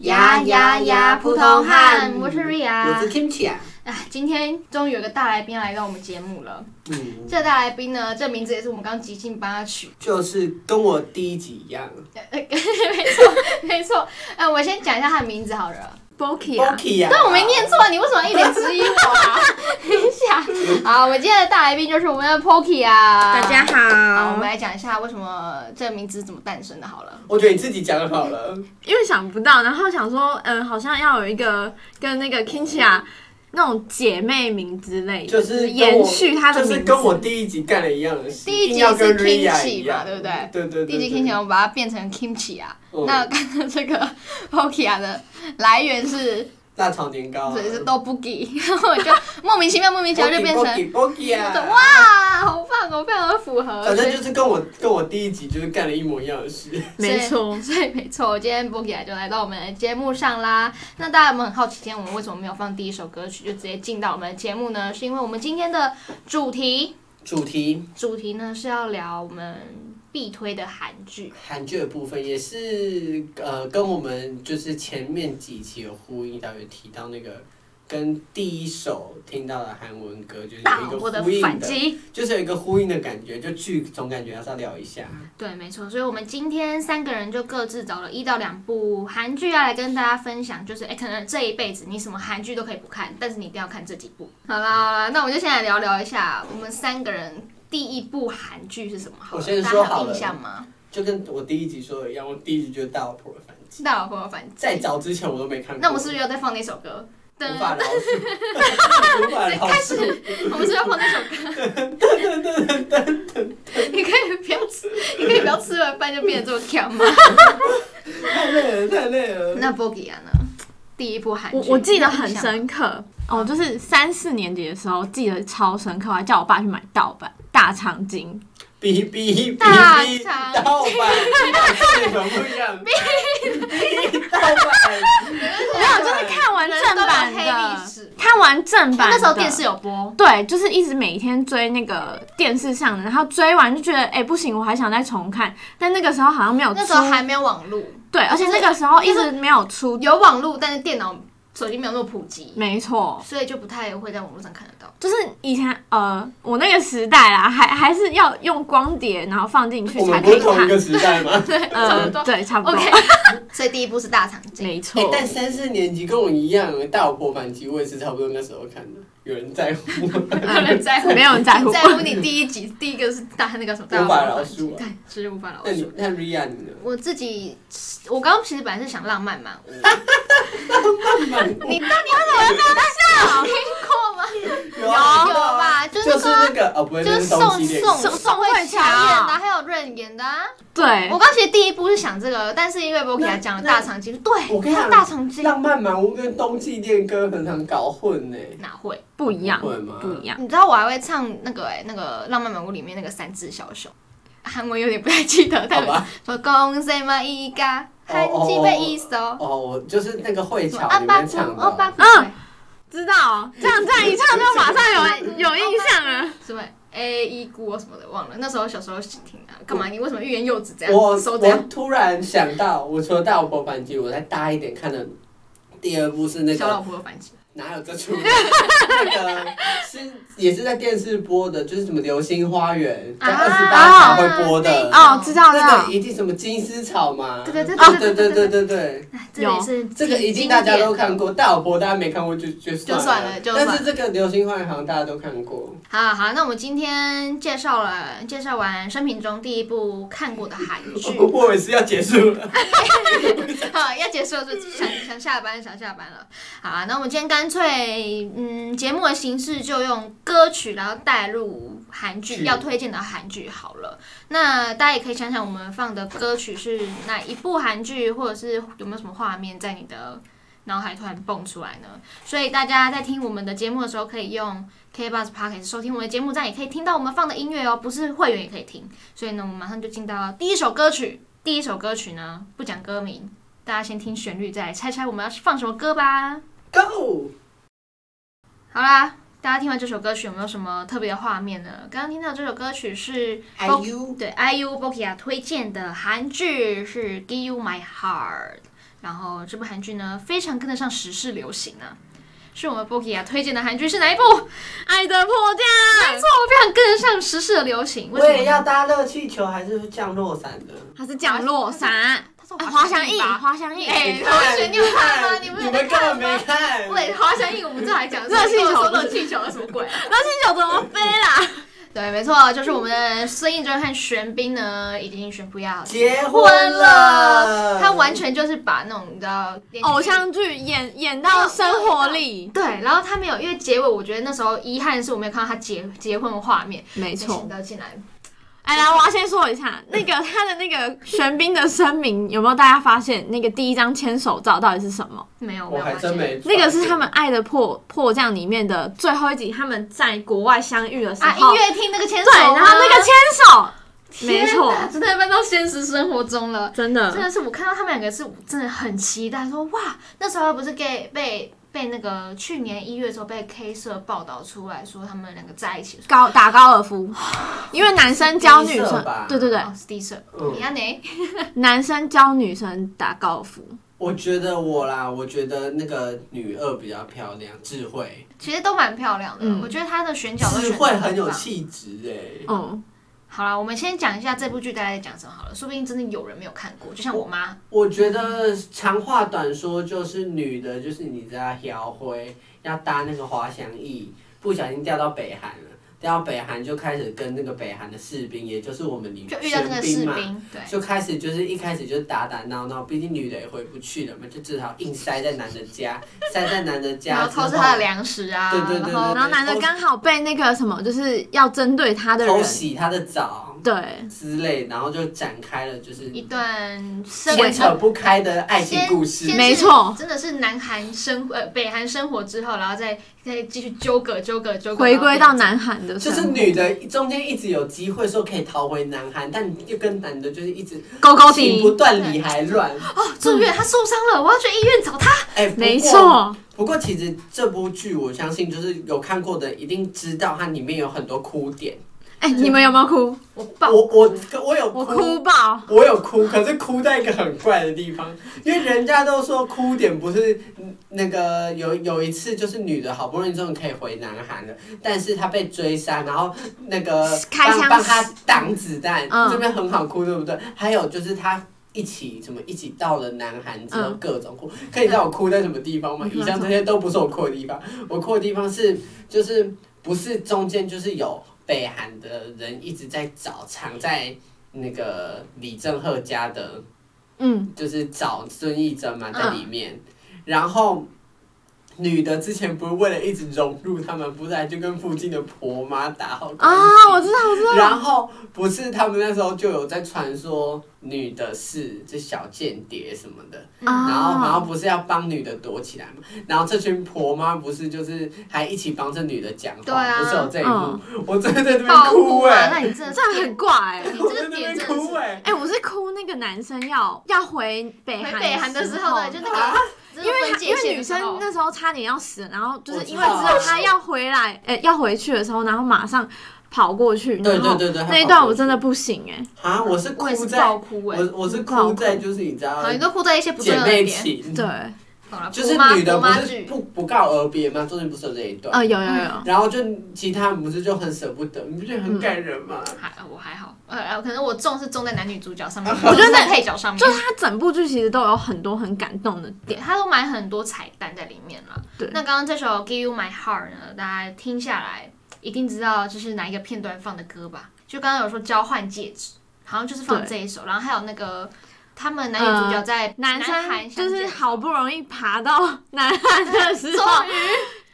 呀呀呀普通汉我是瑞我亚是。Kimchi 啊，哎，今天终于有个大来宾要来到我们节目了。嗯，这大来宾呢，这名字也是我们刚即兴帮他取的就是跟我第一集一样 没错，哎、我先讲一下他的名字好了。 Boki 啊， ，Boki 啊，但我没念错，你为什么一脸质疑我 啊？等一下，好，我们今天的大来宾就是我们的 Poki 啊。大家好，我好们。来讲一下为什么这个名字是怎么诞生的。好了，我觉得你自己讲好了，因为想不到，然后想说，嗯，好像要有一个跟那个 Kinchi 啊那种姐妹名之类的，就是跟我延续她的就名字。是跟我第一集干了一样的事，第一集定要跟是 Ria Kimchi 一样嘛对不对对对对第一集 Kimchi 我们把它变成 Kimchi 啊。嗯那刚刚这个 Poki 啊的来源是，辣炒年糕啊，所以是 d o b u g i 然 后我就莫名其妙，莫名其妙就变成， Boki 啊，哇，好棒哦，非常的符合。反所正以就是跟我跟我第一集就是干了一模一样的事，没错， 所以没错，今天 b o g i 就来到我们的节目上啦。那大家有没有很好奇，今天我们为什么没有放第一首歌曲，就直接进到我们的节目呢？是因为我们今天的主题， 主题主题呢是要聊我们必推的韩剧。韩剧的部分也是呃跟我们就是前面几期有呼应到，有提到那个。跟第一首听到的韩文歌就是大有一老个婆的呼应反的，击，就是有一个呼应的感觉，就剧总感觉还是要聊一下。对，没错。所以，我们今天三个人就各自找了一到两部韩剧要来跟大家分享。就是，哎，可能这一辈子你什么韩剧都可以不看，但是你一定要看这几部。好啦，好啦，那我们就先来聊聊一下我们三个人第一部韩剧是什么好了。我先说大家好有了印象吗？就跟我第一集说的一样，我第一集就是大老婆的反击。大老婆反击。在早之前我都没看过。那我们是不是要再放那首歌？噔，无法饶恕？ 无法饶 开始恕。，我们是不是要放那首歌。 你可以不要吃，你可以不要吃完饭就变得这么强吗？太累了，太累了。那 Bogia 呢？第一部韩剧，我我记得很你有印象吗。深刻哦，就是三四年级的时候记得超深刻，我还叫我爸去买盗版大长今，比比比比大比肠盗版，你俩是本不一 样。比比盗版，没有，就是看完正版人都有黑历的史，看完正版的。那时候电视有播，对，就是一直每天追那个电视上的，然后追完就觉得，哎、不行，我还想再重看。但那个时候好像没有出，那时候还没有网络，对，而且那个时候一直没有出，有网络，但是电脑、手机没有那么普及，没错，所以就不太会在网络上看得到。就是以前呃，我那个时代啦，还还是要用光碟，然后放进去我才们可不以是同一看。个时代吗？差不呃，多对， 差不多 OK，所以第一部是大长今。没哎错，。但三四年级跟我一样，哎大老婆反击我也是差不多那时候看的。有人在乎吗？啊没有人在乎，没有人 在乎在乎你第一集第一个是大那个什么大无法老饶板恕啊对，是无法饶 那你恕。那 Ria 你呢？我自己，我刚刚其实本来是想浪漫满屋，你到底为什么要 这样笑？听过吗？有有吧？就是就是说。那个哦，不会，就那是是宋东西恋宋宋宋慧慧乔乔演的啊，还有润演的啊。对我，刚其实第一部是想这个，但是因为 b o k i 那讲了那大长今，对，我跟你他讲大长今浪漫满屋跟冬季恋歌很常搞混呢、哪会？不一样不会吗，不一样。你知道我还会唱那个哎，那个浪漫满屋里面那个三只小熊，韩文有点不太记得，但好吧，说公什么一个韩剧被一首，哦，我就是那个会巧阿里巴面布唱欧巴的，啊布水知道，这样这样一唱就马上有有印象了。什么 A 一姑什么的忘了，那时候小时候听啊，干嘛？你为什么欲言又止这样？我手这样我突然想到，我除了《大老婆反击》，我再大一点看的第二部是那小老个婆的反击，哪有这出？那个是也是在电视播的，就是什么《流星花园》在啊二十八才会播的，那哦，知道知那道个，一定什么金丝草嘛？对对对啊对对对对对对对对。哎这也是这个一定大家都看过，大老婆大家没看过就就算就算了就算了但是这个《流星花园》好像大家都看 过，好好，那我们今天介绍了介绍完生平中第一部看过的韩 剧，我我也是要结束了。 好，要结束了，就想想下班，想下班了。好啊，那我们今天干脆，嗯，节目的形式就用歌曲，然后带入韩剧剧要推荐的韩剧好了。那大家也可以想想，我们放的歌曲是哪一部韩剧，或者是有没有什么画面在你的脑海突然蹦出来呢？所以大家在听我们的节目的时候，可以用 K Bus Podcast 收听我们的节目，这样也可以听到我们放的音乐哦，不是会员也可以听。所以呢，我们马上就进到第一首歌曲。第一首歌曲呢，不讲歌名，大家先听旋律，再来猜猜我们要放什么歌吧。 Go！好啦，大家听完这首歌曲有没有什么特别的画面呢？刚刚听到这首歌曲是 Are you？对 IU Bokia 推荐的韩剧是《Give You My Heart》，然后这部韩剧呢非常跟得上时事流行啊。是我们 Bokia 推荐的韩剧是哪一部？没错，爱的迫降，非常跟得上时事的流行。为我什么也呢要搭热气球还是降落伞的？它是降落伞，他是哎滑翔翼，滑翔翼，哎你同学看，你有看吗你你们有们在根本看没吗看。喂，滑翔翼，我们这还讲热气球热气球什么鬼？那气球怎么 飞啦？对，没错，就是我们的孙艺珍和玄彬呢，已经宣布要结婚婚了他完全就是把那种你知道连续偶像剧演演到生活里，对，然后他没有，因为结尾我觉得那时候遗憾是我没有看到他结结婚的画面，没没想。到进来哎，来，我要先说一下那个他的那个玄彬的声明，有没有大家发现那个第一张牵手照到底是什么？没有，我没有还发真现没。那个是他们《爱的迫迫降》里面的最后一集，他们在国外相遇的时候，啊，音乐厅那个牵手对，吗，然后那个牵手，没天错哪真的搬到现实生活中了。真真的的是我看到他们两个是真的很期待，说哇，那时候不是给被被那个去年一月的时候被 K 社报道出来说他们两个在一起，高打高尔夫，因为男生教女第一色生吧，对对对，哦，是 D 社，嗯你安妮，男生教女生打高尔夫，我觉得我啦，我觉得那个女二比较漂亮，智慧，其实都蛮漂亮的，嗯我觉得她的选角都智选得慧很棒有气质哎。嗯，好啦，我们先讲一下这部剧大概在讲什么好了，说不定真的有人没有看过，就像我妈。我觉得长话短说就是女的，就是你知道摇灰要搭那个滑翔翼，不小心掉到北韩了，掉到北韩就开始跟那个北韩的士兵，也就是我们女就遇到那个士兵嘛，兵，对，就开始就是一开始就打打闹闹，毕竟女的也回不去了嘛，就只好硬塞在男 的家，塞在男的然家后之偷后吃他的粮食啊，对对对然后然后男的刚好被那个什么，就是要针对他的偷人，洗他的澡对，之类，然后就展开了就是一段生牵扯不开的爱情先故事先。是没错真的是南韩生呃北韩生活之后，然后再再继续纠葛纠葛纠葛，回归到然后南韩的就生活，是女的中间一直有机会说可以逃回南韩，但又跟男的就是一直勾勾情不底，断理还乱。哦住院，他受伤了，我要去医院找他。哎，不过没。错，不过其实这部剧我相信就是有看过的一定知道它里面有很多哭点。哎，你们有没有哭？我爆我我我有我哭爆，我有哭，可是哭在一个很怪的地方，因为人家都说哭点不是嗯那个有有一次就是女的好不容易终于可以回南韩了，但是她被追杀，然后那个开帮枪帮她挡子弹，嗯这边很好哭对不对？还有就是她。一起什么一起到了南韩之后嗯各种哭，可以让我哭在什么地方吗？嗯以上这些都不是我哭的地方，我哭的地方是就是不是中间就是有北韩的人一直在找藏在那个李正赫家的，嗯，就是找孙艺珍嘛嗯在里面，然后。女的之前不是为了一直融入他们，不是还就跟附近的婆妈打好关啊系？，我知道，我知道，然后不是他们那时候就有在传说女的是这小间谍什么的，嗯然后然后啊，不是要帮女的躲起来嘛？然后这群婆妈不是就是还一起帮这女的讲对话，啊不是有这一幕，嗯我真的在这边爆哭啊！哎、那你真的这样很怪欸， 我在你这这边个点真的哭是哎、哎、我是哭那个男生要要回北回韩北韩的时候对，就那啊个真的因为分他界因为线女的时候，生那时候差点要死，然后就是我知因道为知道他要回来，哎、要回去的时候，然后马上跑过去，对然对后对对，那一段我真的不行哎、啊，我是我哭也是在，爆我哭哎、我是哭在就是你知道好，你都哭在一些不重姐要的妹点。情，对，好了，就是婆妈女的啊婆不妈是剧，哦不不告而别吗？中间不是有这一段，呃，有有有，然后就其他人不是就很舍不得，你不觉嗯得很感人吗？还我还好，呃，可能我重是重在男女主角上 面，我我觉得那配角上面，就是他整部剧其实都有很多很感动的对，点，他都埋很多彩蛋在里面了。对那刚刚这首《Give You My Heart》呢，大家听下来一定知道这是哪一个片段放的歌吧？就刚刚有说交换戒指，好像就是放对呃这一首，然后还有那个他们男女主角在韩男生相就见是好不容易爬 到南韩的时候，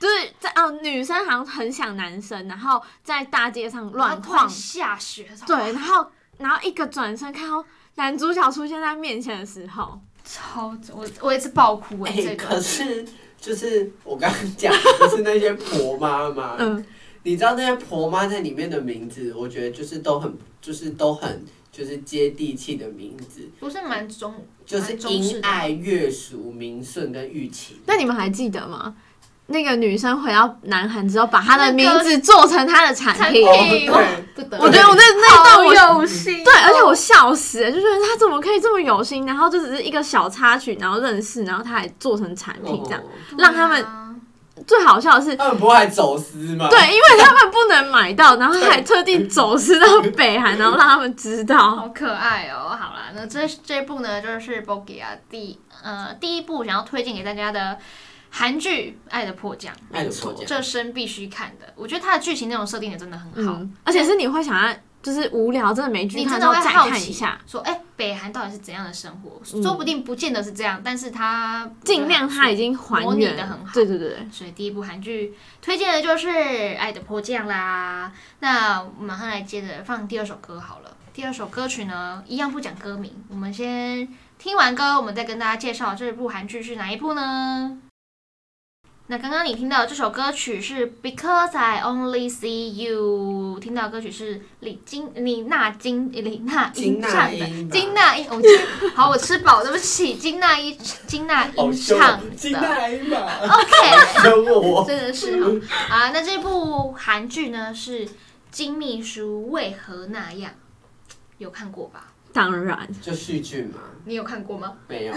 就是在哦、女生好像很想男生，然后在大街上然乱后突然晃，下雪，对，然后然后一个转身看到男主角出现在面前的时候，超级我我也是爆哭哎、哎、这可个是就是我刚刚讲，的，就是那些婆妈嘛，嗯，你知道那些婆妈在里面的名字，我觉得就是都很，就是都很，就是接地气的名字，不是蛮中，就是蛮中式英的。爱、月俗、明顺跟玉琪。那你们还记得吗？那个女生回到南韩之后，把她的那个名字做成她的产产品品，哦对哦不得了，我觉得我那那一段我好有心哦，对，而且我笑死欸了，就觉得他怎么可以这么有心，然后就只是一个小插曲，然后认识，然后他还做成产品这样。哦对啊让他们最好笑的是，他们不会还走私吗？对，，因为他们不能买到，然后还特地走私到北韩，然后让他们知道。好可爱哦。好啦，那这这部呢就是《Bogia》第呃第一部想要推荐给大家的韩剧《爱的迫降》，爱的迫降这生必须看的。我觉得它的剧情内容设定也真的很好。嗯，而且是你会想要，就是无聊真的没剧你看真的的时候会再好看奇一下，说哎、北韩到底是怎样的生活？嗯说不定不见得是这样，但是它尽量他已经还模拟原得很好对对对，所以第一部韩剧推荐的就是《爱的迫降》啦。那我们马上来接着放第二首歌好了。第二首歌曲呢，一样不讲歌名，我们先听完歌，我们再跟大家介绍这部韩剧是哪一部呢？那刚刚你听到的这首歌曲是《Because I Only See You》，听到的歌曲是李金李娜金李娜英金唱娜的。英吧，金娜英，我今好，我吃饱，对不起，金娜英金娜好英凶唱哦，的。金娜英吧， OK，凶我。真的是哈啊！那这部韩剧呢是《金秘书为何那样》，有看过吧？当然就续剧嘛，你有看过吗？没有，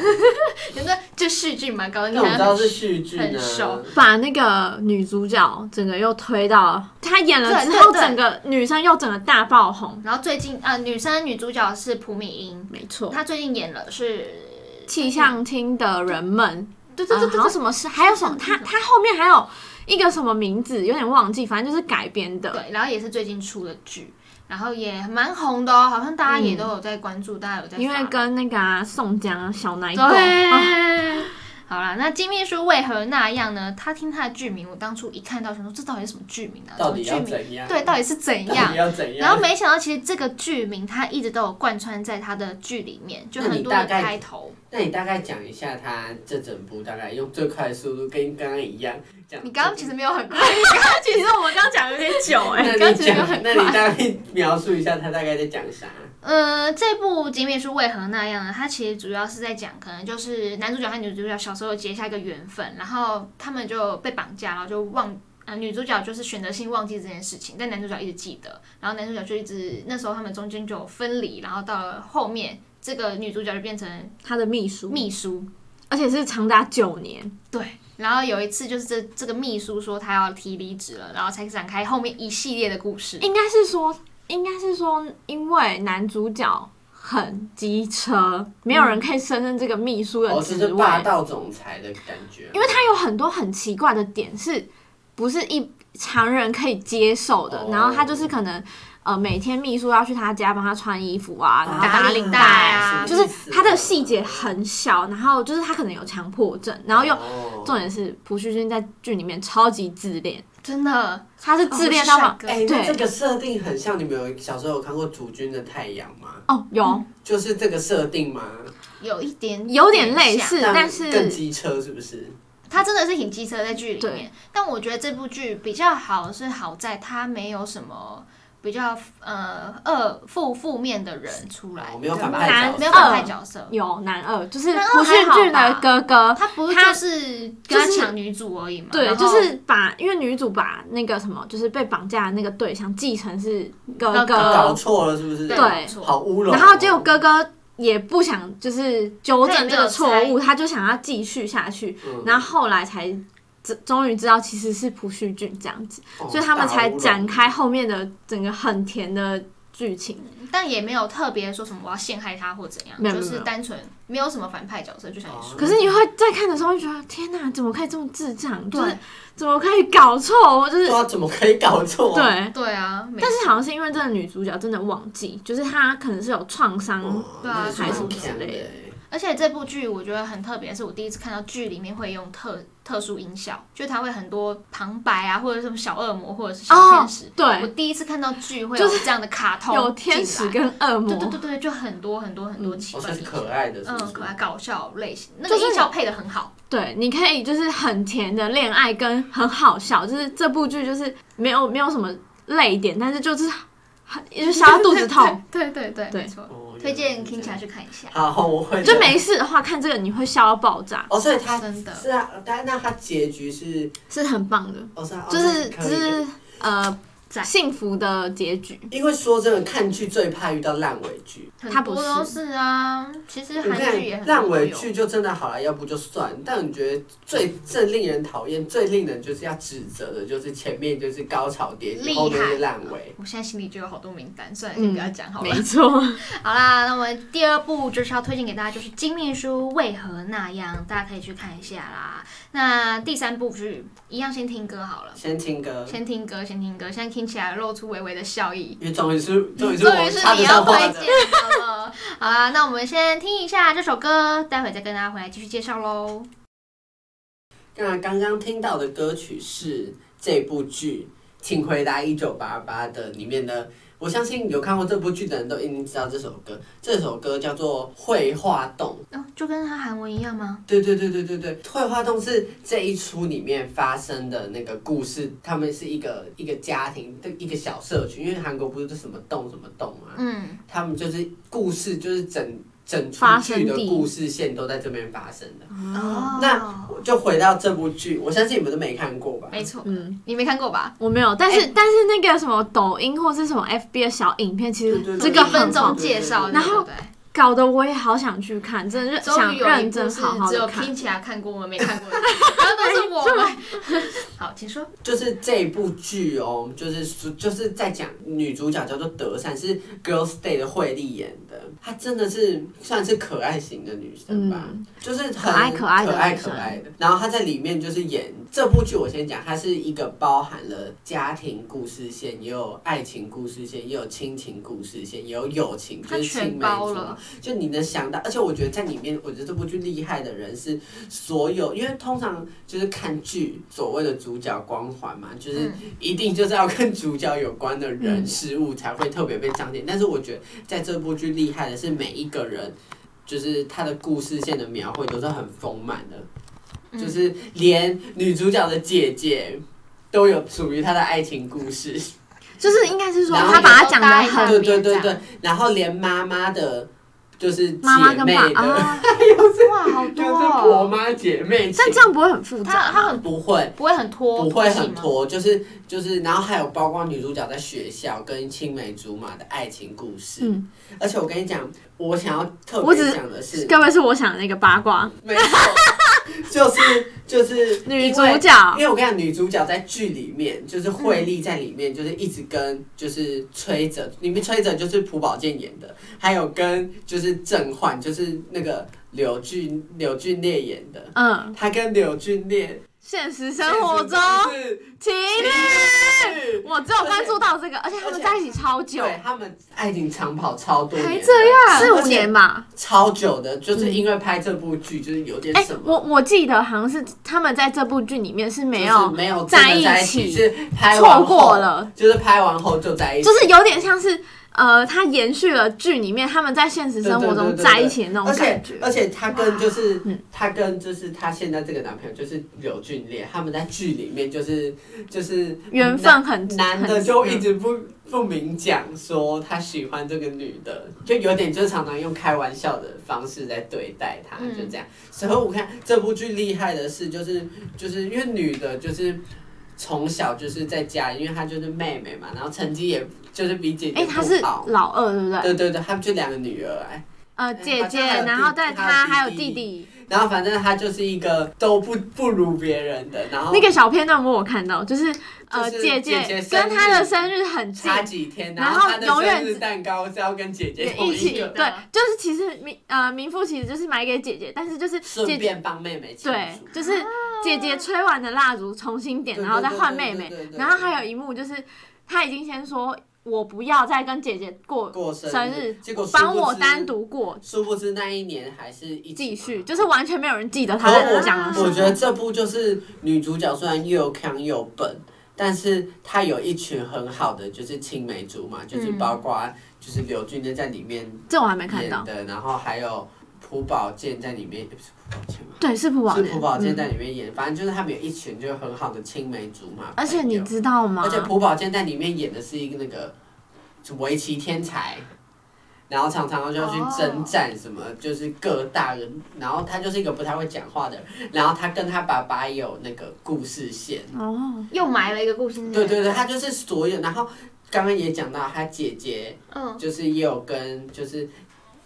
真的，这戏剧蛮高的，你但我好知道像是啊续剧很熟呢。把那个女主角整个又推到她演了对之对后，对整个女生又整个大爆红，然后最近啊、呃女生女主角是朴敏英，没错。她最近演了是，啊气象厅的人们，对对对对，然后什么是还有什么，他他后面还有一个什么名字，有点忘记，反正就是改编的。对，然后也是最近出的剧，然后也蛮红的哦，好像大家也都有在关注，大家有在发，嗯因为跟那个、啊、宋江、小奶狗，对。啊 好啦，那金秘书为何那样呢？他听他的剧名，我当初一看到想说这到底是什么剧名啊？到底什么剧要名？怎样？对，到底是怎到样底？要怎然后样？没想到，其实这个剧名它一直都有贯穿在它的剧里面，就那你很多大的概开头。那你大概讲一下他这整部大概用最快的速度跟刚刚一样讲。你刚刚其实没有很快，其实我们刚讲有点久哎、那刚你其实讲很，那你快。大概描述一下他大概在讲啥？呃，这部《金秘书为何那样》呢？它其实主要是在讲，可能就是男主角和女主角小时候结下一个缘分，然后他们就被绑架，然后就忘。呃，女主角就是选择性忘记这件事情，但男主角一直记得，然后男主角就一直那时候他们中间就有分离，然后到了后面，这个女主角就变成他的秘书，秘书，而且是长达九年，对，然后有一次就是这这个秘书说他要提离职了，然后才展开后面一系列的故事。应该是说，应该是说，因为男主角很机车，没有人可以胜任这个秘书的哦，职这位。是霸道总裁的感觉。因为它有很多很奇怪的点，是不是一常人可以接受的？哦然后他就是可能呃，每天秘书要去他家帮他穿衣服啊，然后打打领领带带啊就是他的细节很小，然后就是他可能有强迫症，然后又又重点是朴叙俊在剧里面超级自恋，真的他哦是自恋到吗？哎，那对这个设定很像你们有小时候有看过《主君的太阳》吗？哦，嗯有就是这个设定吗？有一点有点类似，像但是更机车是不是？他真的是挺机车在剧里面对。但我觉得这部剧比较好是好在他没有什么比较呃恶负负面的人出来哦，没有对反吧派角男色，没有反派恶角色，有男二，就是男二朴叙俊还好的吧哥哥，他不是他就是跟他就是抢女主而已嘛？对，嗯然就后是把因为女主把那个什么，就是被绑架的那个对象继承是哥哥搞哥哥，错了是不是？对，对没错好乌龙哦。然后结果哥哥也不想就是纠正这个错他也没有误，他就想要继续下去，嗯，然后后来才知终于知道其实是朴叙俊这样子，哦所以他们才大乌龙展开后面的整个很甜的剧情。但也没有特别说什么我要陷害他或怎样，没有就没有是没有单纯没有什么反派角色，就像你说哦的。可是你会在看的时候会觉得，天哪，怎么可以这么智障？就对是怎么可以搞错？就是对啊，怎么可以搞错？，对。对啊，没但是好像是因为这个女主角真的忘记，就是她可能是有创伤，哦，对啊那是还是蛮之强的类的欸。而且这部剧我觉得很特别，是我第一次看到剧里面会用特特殊音效，就它会很多旁白啊，或者什么小恶魔，或者是小天使。我哦对，第一次看到剧会就有这样的卡通进来，有天使跟恶魔，嗯对对对对，就很多很多很多奇哦，怪算的是可爱的，是不嗯，是？可爱搞笑类型，那就个是音效配的很好。对，你可以就是很甜的恋爱跟很好笑，就是这部剧就是没有没有什么泪点，但是就是很就是笑到肚子 痛， 对对对，对没错。哦推荐 k i n a 下去。去看一下，好，我会的就没事的话看这个你会笑到爆炸，哦，所以他真的是啊，但那他结局是是很棒的，哦是啊，哦就是那就可以的是呃赞幸福的结局。因为说真的，看剧最怕遇到烂尾剧。它很不多是都是啊。其实你韩看剧也很多烂尾有剧就真的好了，要不就算。但我觉得最最令人讨厌、最令人就是要指责的，就是前面就是高潮迭厉起，害后面是烂尾。我现在心里就有好多名单，算了，先不要讲好了。嗯没错，好啦，那么第二部就是要推荐给大家，就是《金秘书为何那样》，大家可以去看一下啦。那第三部是一样，先听歌好了，先听歌，先听歌，先听歌。现在听起来露出微微的笑意，因为终于是终于是终我于是插你得要上推话的。荐了。好啦，那我们先听一下这首歌，待会再跟大家回来继续介绍喽。那刚刚听到的歌曲是这部剧《请回答一九八八》的里面的，我相信有看过这部剧的人都一定知道这首歌。这首歌叫做《绘画洞》。哦，就跟它韩文一样吗？对对对对对对，《绘画洞》是这一出里面发生的那个故事。他们是一个一个家庭的一个小社群，因为韩国不是什么洞什么洞嘛，嗯，他们就是故事就是整整出发生剧的地故事线都在这边发生的。哦，那我就回到这部剧，我相信你们都没看过吧？没错，嗯，你没看过吧？我没有，但是、但是那个什么抖音或是什么 FB 的小影片，其实对对这对个一分很钟棒，介绍，然后对不对搞得我也好想去看，真 的是终想于有一认部真是好好只有的看。拼起来看过，我们没看过的，然后都是我 们。好，请说。就是这部剧哦，就是说就是在讲女主角叫做德善，是 Girls Day 的惠丽演的，她真的是算是可爱型的女生吧，嗯就是很可爱可爱的可爱女生可爱的。然后她在里面就是演这部剧，我先讲，它是一个包含了家庭故事线，也有爱情故事线，也有亲情故事线，也有友情，就它是全青梅包竹了马。就你能想到，而且我觉得在里面，我觉得这部剧厉害的人是所有，因为通常就是看剧所谓的主角光环嘛，就是嗯一定就是要跟主角有关的人嗯事物才会特别被彰显。但是我觉得在这部剧厉害的是每一个人，就是他的故事线的描绘都是很丰满的，嗯就是连女主角的姐姐都有属于她的爱情故事。就是应该是说，然后他把它有讲的搭一下对很对对这对样，然后连妈妈的，就是姐妈妈跟妹爸的。啊，哇，好就多是婆哦。妈姐妹情但，这样不会很复他杂他吗？很不会不会很拖，不会戏很啊吗。拖，就是就是，然后还有包括女主角在学校跟青梅竹马的爱情故事。嗯，而且我跟你讲，我想要特我只别讲的是，各位是我想的那个八卦没错， 就是就是女因主为角因，为我跟你讲，女主角在剧里面就是惠利在里面，就是一直跟就是崔哲，里面崔哲就是朴宝剑演的，还有跟就是郑焕，就是那个柳俊柳俊烈演的，嗯，他跟柳俊烈现实生活中哎是情侣，我只有关注到这个，而且他们在一起超久，对他们爱情长跑超多年的，还这样四而五且年吧。超久的，就是因为拍这部剧，就是有点哎什，么。我我记得好像是他们在这部剧里面是没就是有没有真在的在一一起，起，是拍完后错过了，就是拍完后就在一起，就是有点像是呃，他延续了剧里面他们在现实生活对中对对对在一起的那而种且感觉。而且她跟就是嗯她跟就是她现在这个男朋友就是柳俊烈，他们在剧里面就是就是缘分很男的很嗯就一直不不明讲说他喜欢这个女的，就有点就常常用开玩笑的方式在对待她，嗯就这样。所以我看这部剧厉害的是，就是就是因为女的就是。从小就是在家里，因为她就是妹妹嘛，然后成绩也就是比姐姐哎，他是不好。老二对不对？对对对，他们就两个女儿哎、呃，姐姐，好像还有然后弟还有对他弟还有弟弟弟。然后反正她就是一个都不不如别人的，然后那个小片段我有看到，就是呃，哦就是姐姐姐生跟日她的生日很近，差几天，然后后她的永远生日蛋糕是要跟姐姐也同一起个，对，就是其实明呃明富其实就是买给姐姐，但是就是姐顺姐便帮妹妹庆对祝。，啊就是姐姐吹完的蜡烛重新点，对然后再对换对妹对妹对对，对然后还有一幕就是她已经先说。我不要再跟姐姐过过生生日日，结果殊帮不我知单独过，殊不知那一年还是一起继续，嘛。就是完全没有人记得可他我在讲了什我么。觉得这部就是女主角虽然又强又笨，但是她有一群很好的就是青梅竹马，就是嗯包括就是刘俊正在里面这我还没看演到，的，然后还有朴宝剑在里面，诶不是朴宝剑吗？对，是不完是的朴宝剑在里面演，反正就是他们有一群就很好的青梅竹马朋友。嗯而且你知道吗而？且朴宝剑在里面演的是一个那个就围棋天才，然后常常就去征战什么，就是各大人，然后他就是一个不太会讲话的人，然后他跟他爸爸也有那个故事线，哦，又埋了一个故嗯事。对对对，他就是所有，然后刚刚也讲到他姐姐，嗯，就是也有跟就是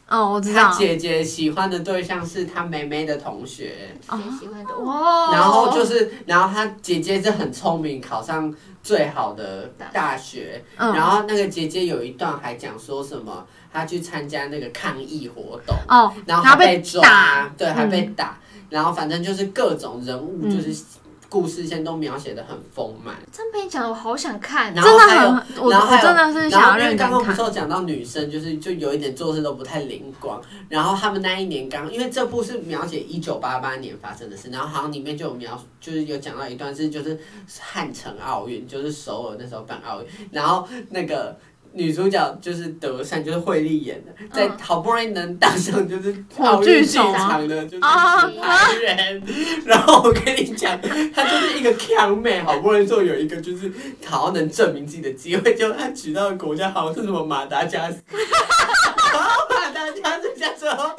哦，我知他道，姐姐喜欢的对象是他妹妹的同学，哦谁喜欢的哦。然后就是，然后他姐姐是很聪明，考上最好的大学，然嗯，后那个姐姐有一段还讲说什么，她去参加那个抗议活动，哦，然后然还后被抓，打对，还被嗯打，然后反正就是各种人物嗯就是。故事线都描写的很丰满，真被你讲，我好想 看。然后真的还有很，我然后我还有真的是然想要后因为认真刚刚不看是。有讲到女生，就是就有一点做事都不太灵光。然后他们那一年刚，因为这部是描写一九八八年发生的事，然后好像里面就有描，就是有讲到一段是就是汉城奥运，就是首尔那时候办奥运，然后那个。女主角就是德善，就是惠利演的，在嗯好不容易能当上就是火奥运炬剧手吗场的，就是啊白人。然后我跟你讲，她就是一个强妹，好不容易就有一个就是好像能证明自己的机会，结果他娶到的国家好像是什么马达加斯，然后马达加斯加之后，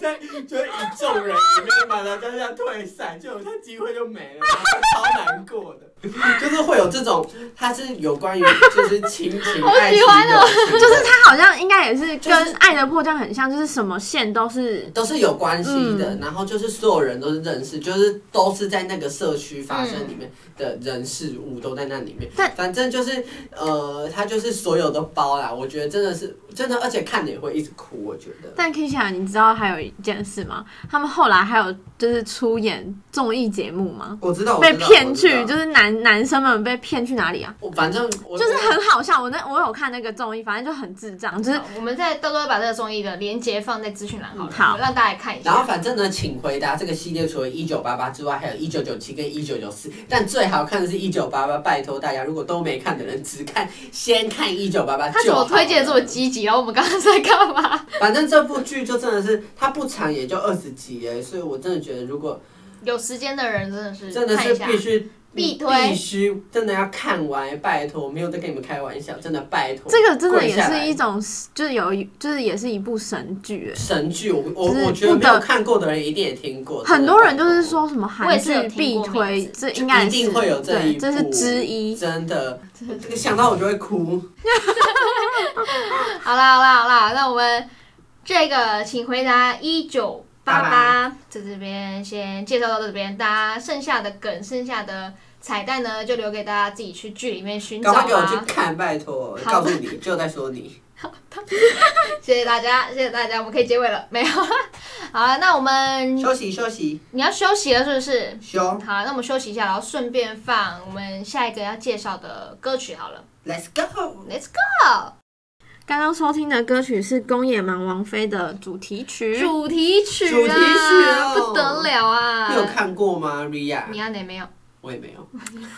在就是一众人里面，马达加斯加退赛，就他机会就没了，然后超难过的， 就是会有这种，他是有关于就是亲情爱情喜欢哦友情就是他好像应该也是就是跟《爱的迫降》很像，就是什么线都是都是有关系的，嗯然后就是所有人都是认识，就是都是在那个社区发生里面的人事物都在那里面。但反正就是呃，他就是所有都包啦。我觉得真的是真的，而且看了也会一直哭。我觉得但 Kisha，你知道还有一件事吗？他们后来还有就是出演综艺节目吗？我知道被骗去，就是是男男生们被骗去哪里啊？我反正我就是很好笑，我那我有看那个综艺，反正就很智障，就是哦好我们再到时候把这个综艺的连接放在资讯栏好了，嗯好让大家看一然后下。反正呢，请回答这个系列除了一九八八之外，还有一九九七跟一九九四。但最好看的是一九八八，拜托大家，如果都没看的人，只看先看一九八八。他怎么推荐这么积极？然后我们刚刚在干嘛？反正这部剧就真的是它不长，也就二十集哎，所以我真的觉得，如果有时间的人真的是真的嗯看是一下必须必推必须真的要看完，拜托，没有在跟你们开玩笑，真的拜托。这个真的跪也下是来一种，就是有一就是也是一部神剧、欸。神剧，我我就是我觉得不没得有看过的人一定也听过，很真的多拜人就是托。说什么我也韩是有剧听必过名推，字这就应一该是定会有这一对，部，这是之一。真的，这个想到我就会哭。 好啦好啦好啦，那我们这个请回答一九八八，在这边先介绍到这边，大家剩下的梗、剩下的彩蛋呢，就留给大家自己去剧里面寻找啊赶快给我去啦。看，拜托，好告诉你，就在说 你。谢谢大家，谢谢大家，我们可以结尾了， 没有？好了，那我们休息休息你要休息了是不是？休好，那我们休息一下，然后顺便放我们下一个要介绍的歌曲好了，Let's go。 ，Let's go。刚刚收听的歌曲是宫野蛮王妃的主题曲，主题曲啊，嗯主题曲哦不得了啊！你有看过吗你嗯，Ria？看哪没有？我也没有。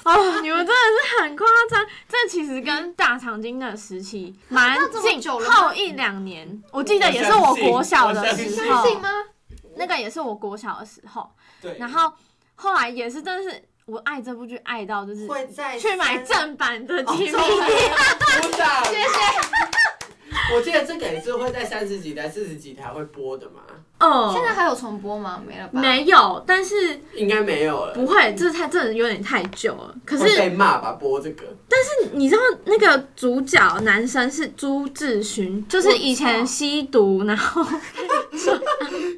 哦，你们真的是很夸张。这其实跟大长今的时期蛮啊那这么近，久了吗后一两年，我记得也是我相信国小我的相时信相候信，吗？那个也是我国小的时候。对然后后来也是，真的是我爱这部剧爱到就是会在去三买正版的哦 DVD，、 终于鼓掌！谢谢。 我记得这个也是会在三十几台、四十几台会播的嘛，哦现在还有重播吗？没了吧？。没有，但是应该没有了。不会，这太真的有点太久了。可会是被骂吧？播这个，你知道那个主角男生是朱志勋，就是以前吸毒，然后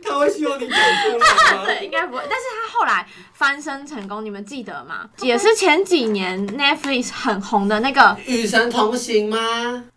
他会希望你讲出来吗？对，应该不会。但是他后来翻身成功，你们记得吗？也是前几年 Netflix 很红的那个，与神同行吗？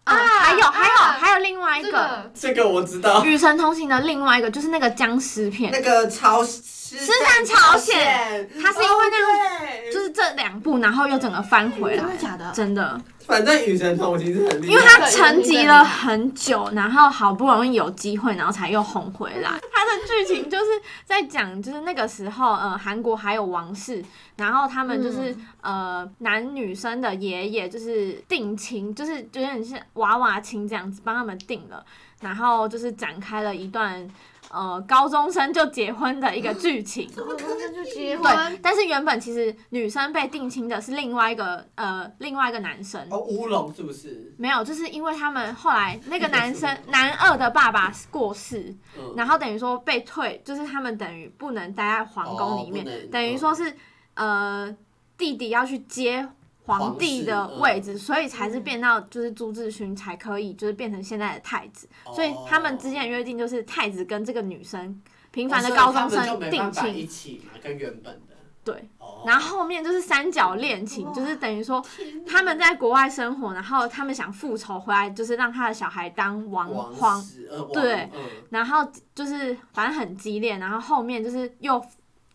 啊，还有还有啊还有另外一这个个这个我知道《与神同行》的另外一个，就是那个僵尸片。那个朝失失散朝鲜它是因为那个就是政这两部，然后又整个翻回来真，的假的？真的，反正与神同行是很厉害，因为他沉寂了很久，然后好不容易有机会，然后才又红回来。他的剧情就是在讲，就是那个时候，呃，韩国还有王室，然后他们就是、呃男女生的爷爷就是定亲，就是有点像娃娃亲这样呃子帮他们定了，然后就是展开了一段。呃，高中生就结婚的一个剧情，怎么可能就结婚？对，但是原本其实女生被定亲的是另外一个呃另外一个男生，哦乌龙是不是？没有，就是因为他们后来那个男生男二的爸爸过世，嗯，然后等于说被退，就是他们等于不能待在皇宫里面，哦不能等于说是呃弟弟要去接。皇帝的皇室嗯位置，所以才是变到就是朱志勋才可以，就是变成现在的太子。哦所以他们之间的约定就是太子跟这个女生平平凡的高中生一定亲，起嘛，跟原本的。对，哦然后后面就是三角恋情，哇就是等于说他们在国外生活，然后他们想复仇回来，就是让他的小孩当王王皇，室呃王对嗯然后就是反正很激烈，然后后面就是又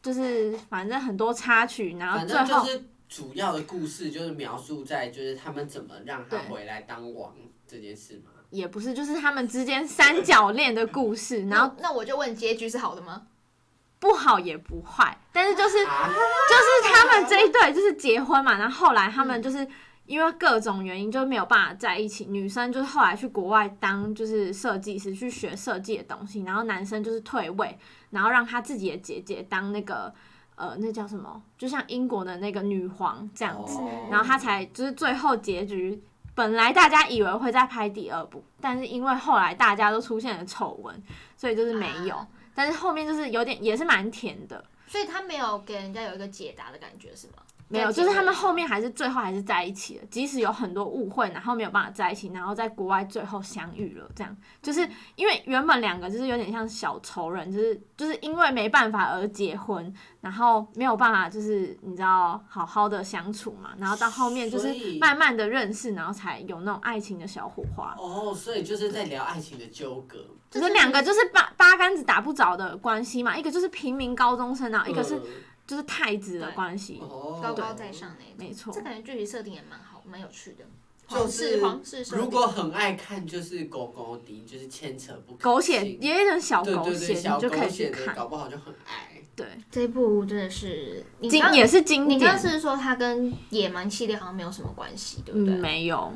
就是反正很多插曲，然后反最正就后是主要的故事就是描述在就是他们怎么让他回来当王这件事嘛。也不是就是他们之间三角恋的故事，然后那那我就问，结局是好的吗？不好也不坏，但是就是啊，就是他们这一对就是结婚嘛，然后后来他们就是因为各种原因就没有办法在一起。女生就是后来去国外当就是设计师去学设计的东西，然后男生就是退位，然后让他自己的姐姐当那个呃那叫什么，就像英国的那个女皇这样子，哦然后他才就是最后结局。本来大家以为会再拍第二部，但是因为后来大家都出现了丑闻，所以就是没有。啊但是后面就是有点也是蛮甜的，所以他没有给人家有一个解答的感觉是吗？没有，跟就是结他尾们后面还是最后还是在一起了，即使有很多误会，然后没有办法在一起，然后在国外最后相遇了，这样就是嗯因为原本两个就是有点像小仇人，就是就是因为没办法而结婚，然后没有办法就是你知道好好的相处嘛，然后到后面就是所以慢慢的认识，然后才有那种爱情的小火花，哦，所以就是在聊爱情的纠葛。这就是是两个就是八八竿子打不着的关系嘛，一个就是平民高中生啊，一个是嗯就是太子的关系，哦高高在。上那一种。没错这。感觉剧情设定也蛮好，蛮有趣的。就皇室是皇室设定如果很爱看，就是狗狗的，就是牵扯不可狗血及也有点小对狗对血，对，小你就可狗以去血的，看。搞不好就很爱。对，这部真的是你经刚也是经你刚典刚，是说它跟野蛮系列好像没有什么关系，对不嗯，对？没有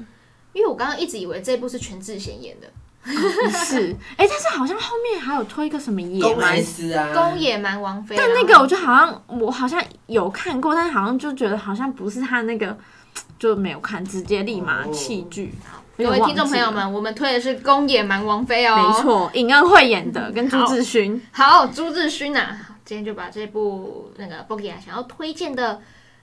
因为我刚刚一直以为这部是全智贤演的，是，哎，但是好像后面还有推一个什么野公啊蛮莱，斯啊，宫野蛮王妃。但那然个后我就好像我好像有看过，但是好像就觉得好像不是他那个，就没有看，直接立马哦弃剧。各有位点忘听众记朋友了，们，我们推的是宫野蛮王妃哦。没。错，尹恩惠演的，跟朱好志勋。好，朱志勋呐、今天就把这部那个 Bogia 想要推荐的《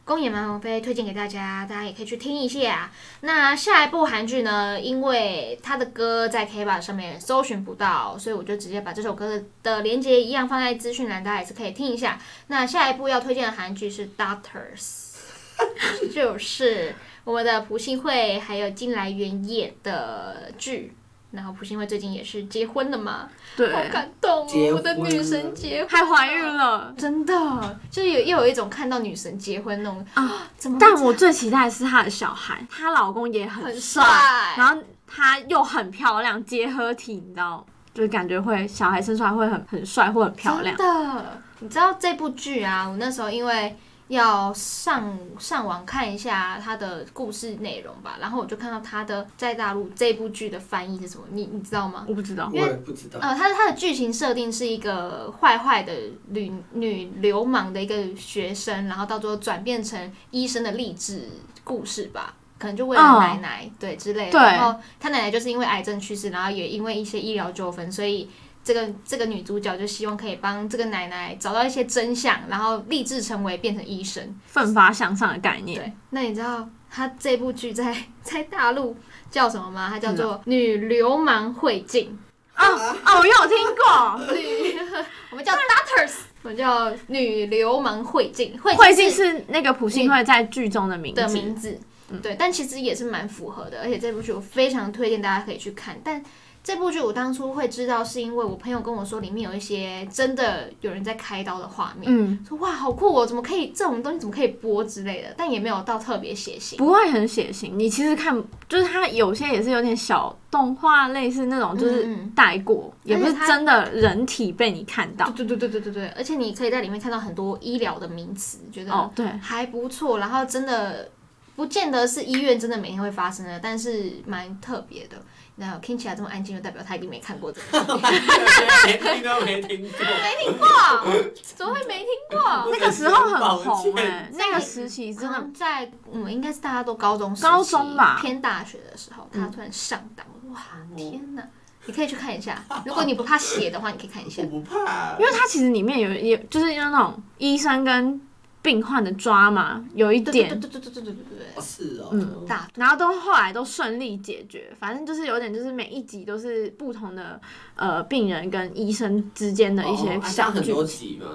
宫野蛮王妃》推荐给大家，大家也可以去听一下。啊那下一部韩剧呢，因为他的歌在 K 吧上面搜寻不到，所以我就直接把这首歌的连接一样放在资讯栏，大家也是可以听一下。那下一部要推荐的韩剧是《Doctors》，就是我们的朴信惠还有金来元也的剧。然后朴信惠最近也是结婚了嘛，好对，感动结哦！婚我的女神结婚还怀孕，了。真的就是有又有一种看到女神结婚那种啊，怎么会但我最期待的是她的小孩，她老公也这样很很帅，然帅？后她又很漂亮，结合体，你知道，就是感觉会小孩生出来会很很帅，会很漂亮。真的，你知道这部剧啊？我那时候因为要上上网看一下它的故事内容吧，然后我就看到它的在大陆这部剧的翻译是什么，你你知道吗？我不知道我也不知道。呃，它的它的剧情设定是一个坏坏的女女流氓的一个学生，然后到最后转变成医生的励志故事吧，可能就为了哦奶奶、对之类的。对然后她奶奶就是因为癌症去世，然后也因为一些医疗纠纷，所以这个这个女主角就希望可以帮这个奶奶找到一些真相，然后励志成为变成医生。奋发向上的概念。对，那你知道他这部剧在 在大陆叫什么吗？它叫做《女流氓会境哦哦，我有听过，》，女我们叫 Daughters，我们叫女流氓会境， 会慧静境是是那个朴信惠在剧中的名的字。名字。对，但其实也是蛮符合的，而且这部剧我非常推荐大家可以去看。但这部剧我当初会知道，是因为我朋友跟我说里面有一些真的有人在开刀的画面，嗯，说哇好酷哦，怎么可以这种东西怎么可以播之类的，但也没有到特别血腥。不会很血腥。你其实看，就是它有些也是有点小动画，类似那种，就是嗯嗯带过，也不而是且它真的人体被你看到。对对对对对对，而且你可以在里面看到很多医疗的名词，觉得哦，对，还不错，然后真的不见得是医院真的每天会发生的，但是蛮特别的。那听起来这么安静，就代表他一定没看过这个，连听都没听过。没听过，怎么会没听过？那个时候很抱红哎、歉那个时期真好的像在嗯，应该是大家都高中时期、高中吧偏大学的时候，他突然上档，哇，天哪！你可以去看一下，如果你不怕血的话，你可以看一下我。不怕因，为它其实里面有也就是那种医生跟病患的抓嘛，有一对点，对对对对对对对对是哦。对，嗯大然后都后来都顺利解决，反正就是有点就是每一集都是不同的呃病人跟医生之间的一些哦啊小像很剧多情。集嘛，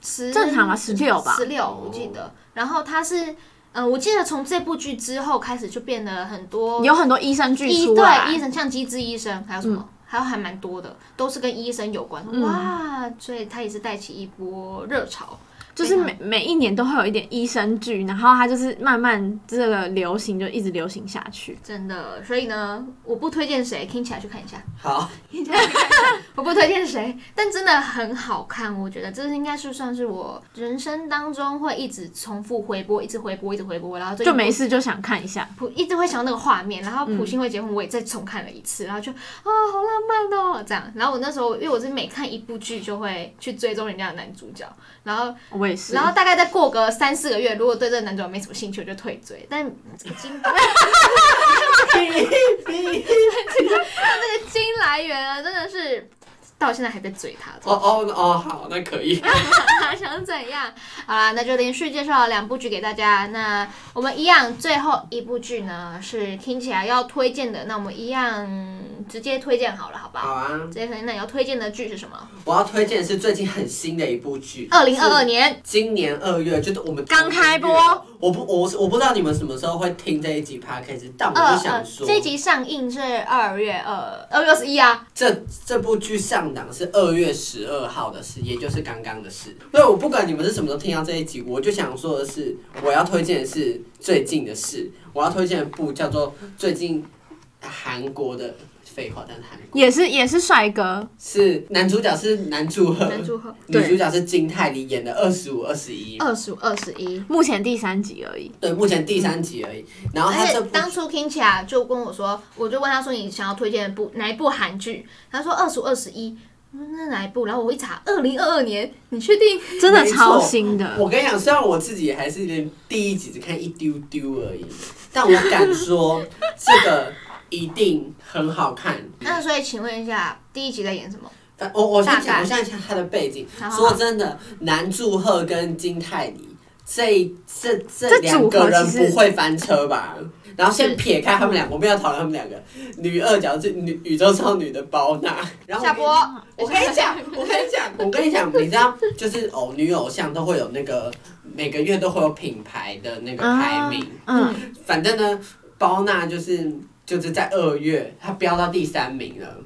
十正常吧16吧十六我记得。然后他是，呃，我记得从这部剧之后开始就变得很多有很多医生剧医出来，对医生，像机智医生，还有什么，还有还蛮多的，都是跟医生有关。嗯哇，所以他也是带起一波热潮。就是非常每每一年都会有一点医生剧，然后它就是慢慢这个流行就一直流行下去。真的，所以呢，我不推荐谁，听起来去看一下，好，听起来去看一下，我不推荐谁，但真的很好看，我觉得这应该是算是我人生当中会一直重复回播，一直回播，一直回播，然后最近就没事就想看一下，普一直会想到那个画面，然后普星会结婚，我也再重看了一次，然后就啊、好浪漫哦，这样。然后我那时候，因为我是每看一部剧就会去追踪人家的男主角，然后我也是。然后大概再过个三四个月，如果对这个男主角没什么兴趣，我就退追。但这个 金，但这个金来源啊，真的是到现在还在追他。 哦哦哦，好，那可以。想怎样？好啦，那就连续介绍了两部剧给大家。那我们一样，最后一部剧呢是听起来要推荐的，那我们一样直接推荐好了，好不好？好啊，直接推荐，那你要推荐的剧是什么？我要推荐的是最近很新的一部剧，二零二二年，今年二月就是我们刚开播，我不我我不知道你们什么时候会听这一集 podcast，但我二就想呃，说，这一集上映是二月二二月二十一啊。 这这部剧上档是二月十二号的事，也就是刚刚的事。所以我不管你们是什么时候听到这一集，我就想说的是，我要推荐的是最近的事，我要推荐一部叫做最近韩国的废话，但是韩国也是也是帅哥，是男主角是南柱赫，男 主和女主角是金泰梨演的二十五、二十一，二十五二十一。目前第三集而已。对，目前第三集而已。然后而他且这部当初 k i n c h a 就跟我说，我就问他说你想要推荐部哪一部韩剧？他说二十五二十一，我说那哪一部？然后我一查，二零二二年，你确定？真的没错超新的，我跟你讲，虽然我自己还是连第一集只看一丢丢而已，但我敢说这个一定很好看。那所以请问一下，第一集在演什么？但我我先大概讲，我先讲它的背景好。好好说真的，南柱赫跟金泰梨这这这这两组个合人其实不会翻车吧？然后是先撇开他们两个，我们要讨论他们两个。女二角是女宇宙少女的包娜，然后下我播。跟我跟你讲，我跟你讲，我跟你讲，你知道，就是偶女偶像都会有那个每个月都会有品牌的那个排名，嗯，反正呢，包娜就是就是在二月她飙到第三名了。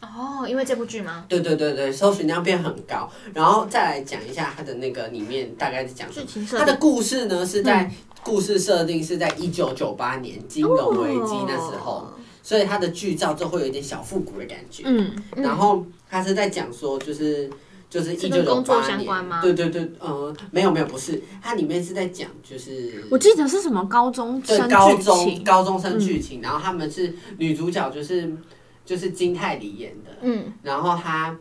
哦，因为这部剧吗？对对对对，搜寻量变很高，然后再来讲一下它的那个里面大概是讲什么。情它的故事呢是在、故事设定是在一九九八年金融危机那时候，哦所以它的剧照就会有一点小复古的感觉。嗯，嗯然后他是在讲说，就是就是是跟一九九工作八相年关吗对对对，呃，没有没有，不是，它里面是在讲就是我记得是什么高中对生高剧中情，高中生剧情，然后他们是女主角就是就是金泰梨演的，嗯，然后她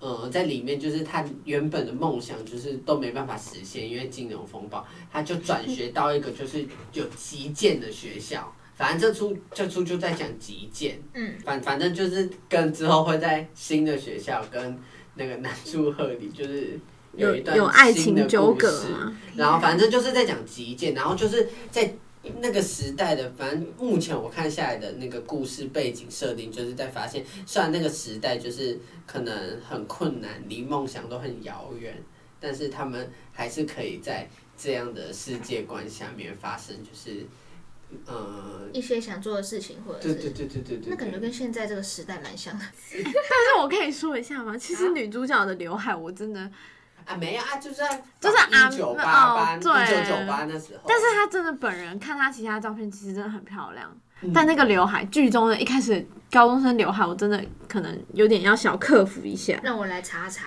呃在里面就是她原本的梦想就是都没办法实现，因为金融风暴，她就转学到一个就是有击剑的学校。反正这出这出就在讲击剑，嗯，反反正就是跟之后会在新的学校跟那个南柱赫里就是有一段有爱新的情纠故葛啊事吗？ 然后反正就是啊哦在讲极简，然后就是在那个时代的，反正目前我看下来的那个故事背景设定，就是在发现，虽然那个时代就是可能很困难，离梦想都很遥远，但是他们还是可以在这样的世界观下面发生，就是呃，嗯一些想做的事情，或者对对是对对对对，那感觉对跟现在这个时代蛮像的。但是我可以说一下吗？其实女主角的刘海我 真的，啊没有啊，就在就是啊一九八八、哦一对九九八那时候，但是她真的本人看她其他照片，其实真的很漂亮。嗯但那个刘海，剧中的一开始高中生刘海，我真的可能有点要小克服一下。让我来查查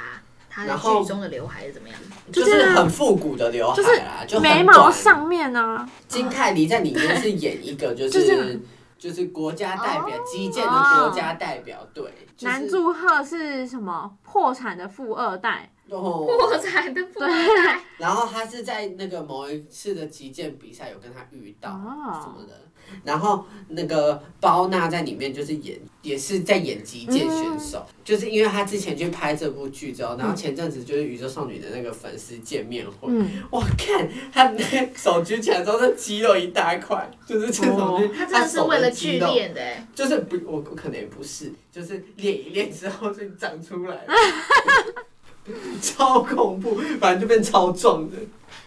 他在然后剧中的刘海是怎么样。就是很复古的刘海就是啦，就很眉毛短上面啊呢、金泰梨在里面是演一个就就是这样就是国家代表哦击剑的国家代表队，就是男主赫是什么破产的富二代，哦，破产的破 产，然后他是在那个某一次的击剑比赛有跟他遇到哦什么的，然后那个包娜在里面就是演也是在演击剑选手，就是因为他之前去拍这部剧之后，然后前阵子就是宇宙少女的那个粉丝见面会，嗯，我看他那个手举起来之后，那肌肉一大块，就是这种，就是他真的是为了剧手的肌肉，练的哎。就是不，我我可能也不是，就是练一练之后就长出来了，超恐怖，反正就变超壮的。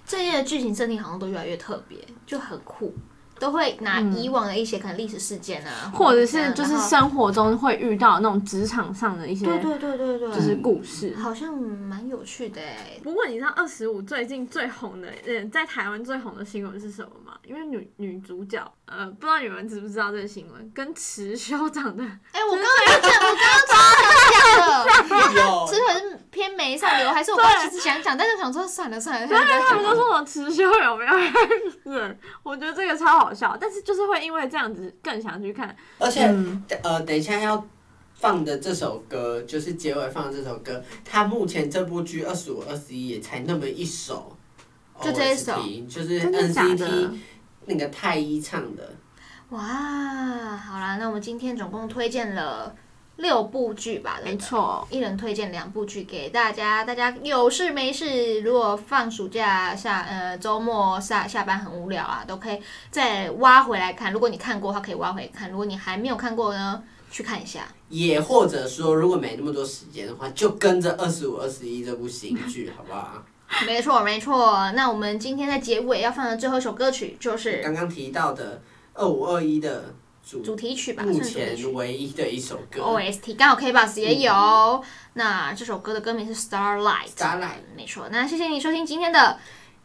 这页的剧情设定好像都越来越特别，就很酷，都会拿嗯以往的一些可能历史事件啊，或者是就是然后生活中会遇到那种职场上的一些对对对对对，就是故事。好像蛮有趣的哎。不过你知道二十五最近最红的，呃，在台湾最红的新闻是什么吗？因为女女主角，呃，不知道你们知不知道这个新闻，跟池修长得哎，我刚刚有讲，我刚刚超想讲的。有这可是偏眉上流，还是我刚刚其实想讲，但是我想说算了算了，算了他们都说我持修有没有人？我觉得这个超好笑，但是就是会因为这样子更想去看。而且、嗯，呃，等一下要放的这首歌，就是结尾放的这首歌，它目前这部剧二十五、二十一也才那么一首，就这一首 OST 就是真的假 NCT 的？那个太一唱的。哇，好啦，那我们今天总共推荐了六部剧吧，对没不对，错，一人推荐两部剧给大家，大家有事没事，如果放暑假下呃周末下下班很无聊啊，都可以再挖回来看。如果你看过的话，可以挖回来看；如果你还没有看过呢，去看一下。也或者说，如果没那么多时间的话，就跟着二十五、二十一这部新剧，好不好？没错，没错。那我们今天在结尾要放的最后一首歌曲就是刚刚提到的二五二一的主主题曲吧，目算是主题曲前嗯唯一的一首歌 OST，刚好 KBox 也有。那这首歌的歌名是 Starlight。 Starlight 没错。那谢谢你收听今天的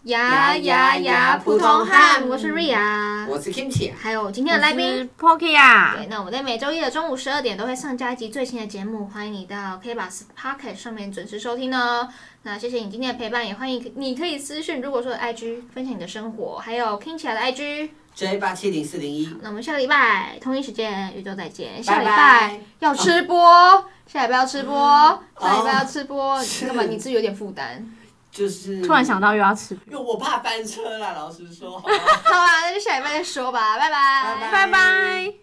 牙牙牙牙牙普普通通汉，汉我是 Ria，我是 Kimchi，还有今天的来宾。 Poki 啊对，，那我们在每周一的中午十二点都会上架一集最新的节目，欢迎你到 KBox Pocket 上面准时收听哦。那谢谢你今天的陪伴，也欢迎你可以私讯，如果说 IG 分享你的生活，还有 k i n 起来的 IG。 J 八七零四零一，那我们下个礼拜同一时间宇宙再见，下拜礼拜。嗯拜。要吃播，下礼拜要吃播，下礼拜要吃播，是你干嘛？你是有点负担。就是突然想到又要吃，因为我怕翻车啦，老实说，好不好？啊好吧，那就下礼拜再说吧，拜拜拜拜拜。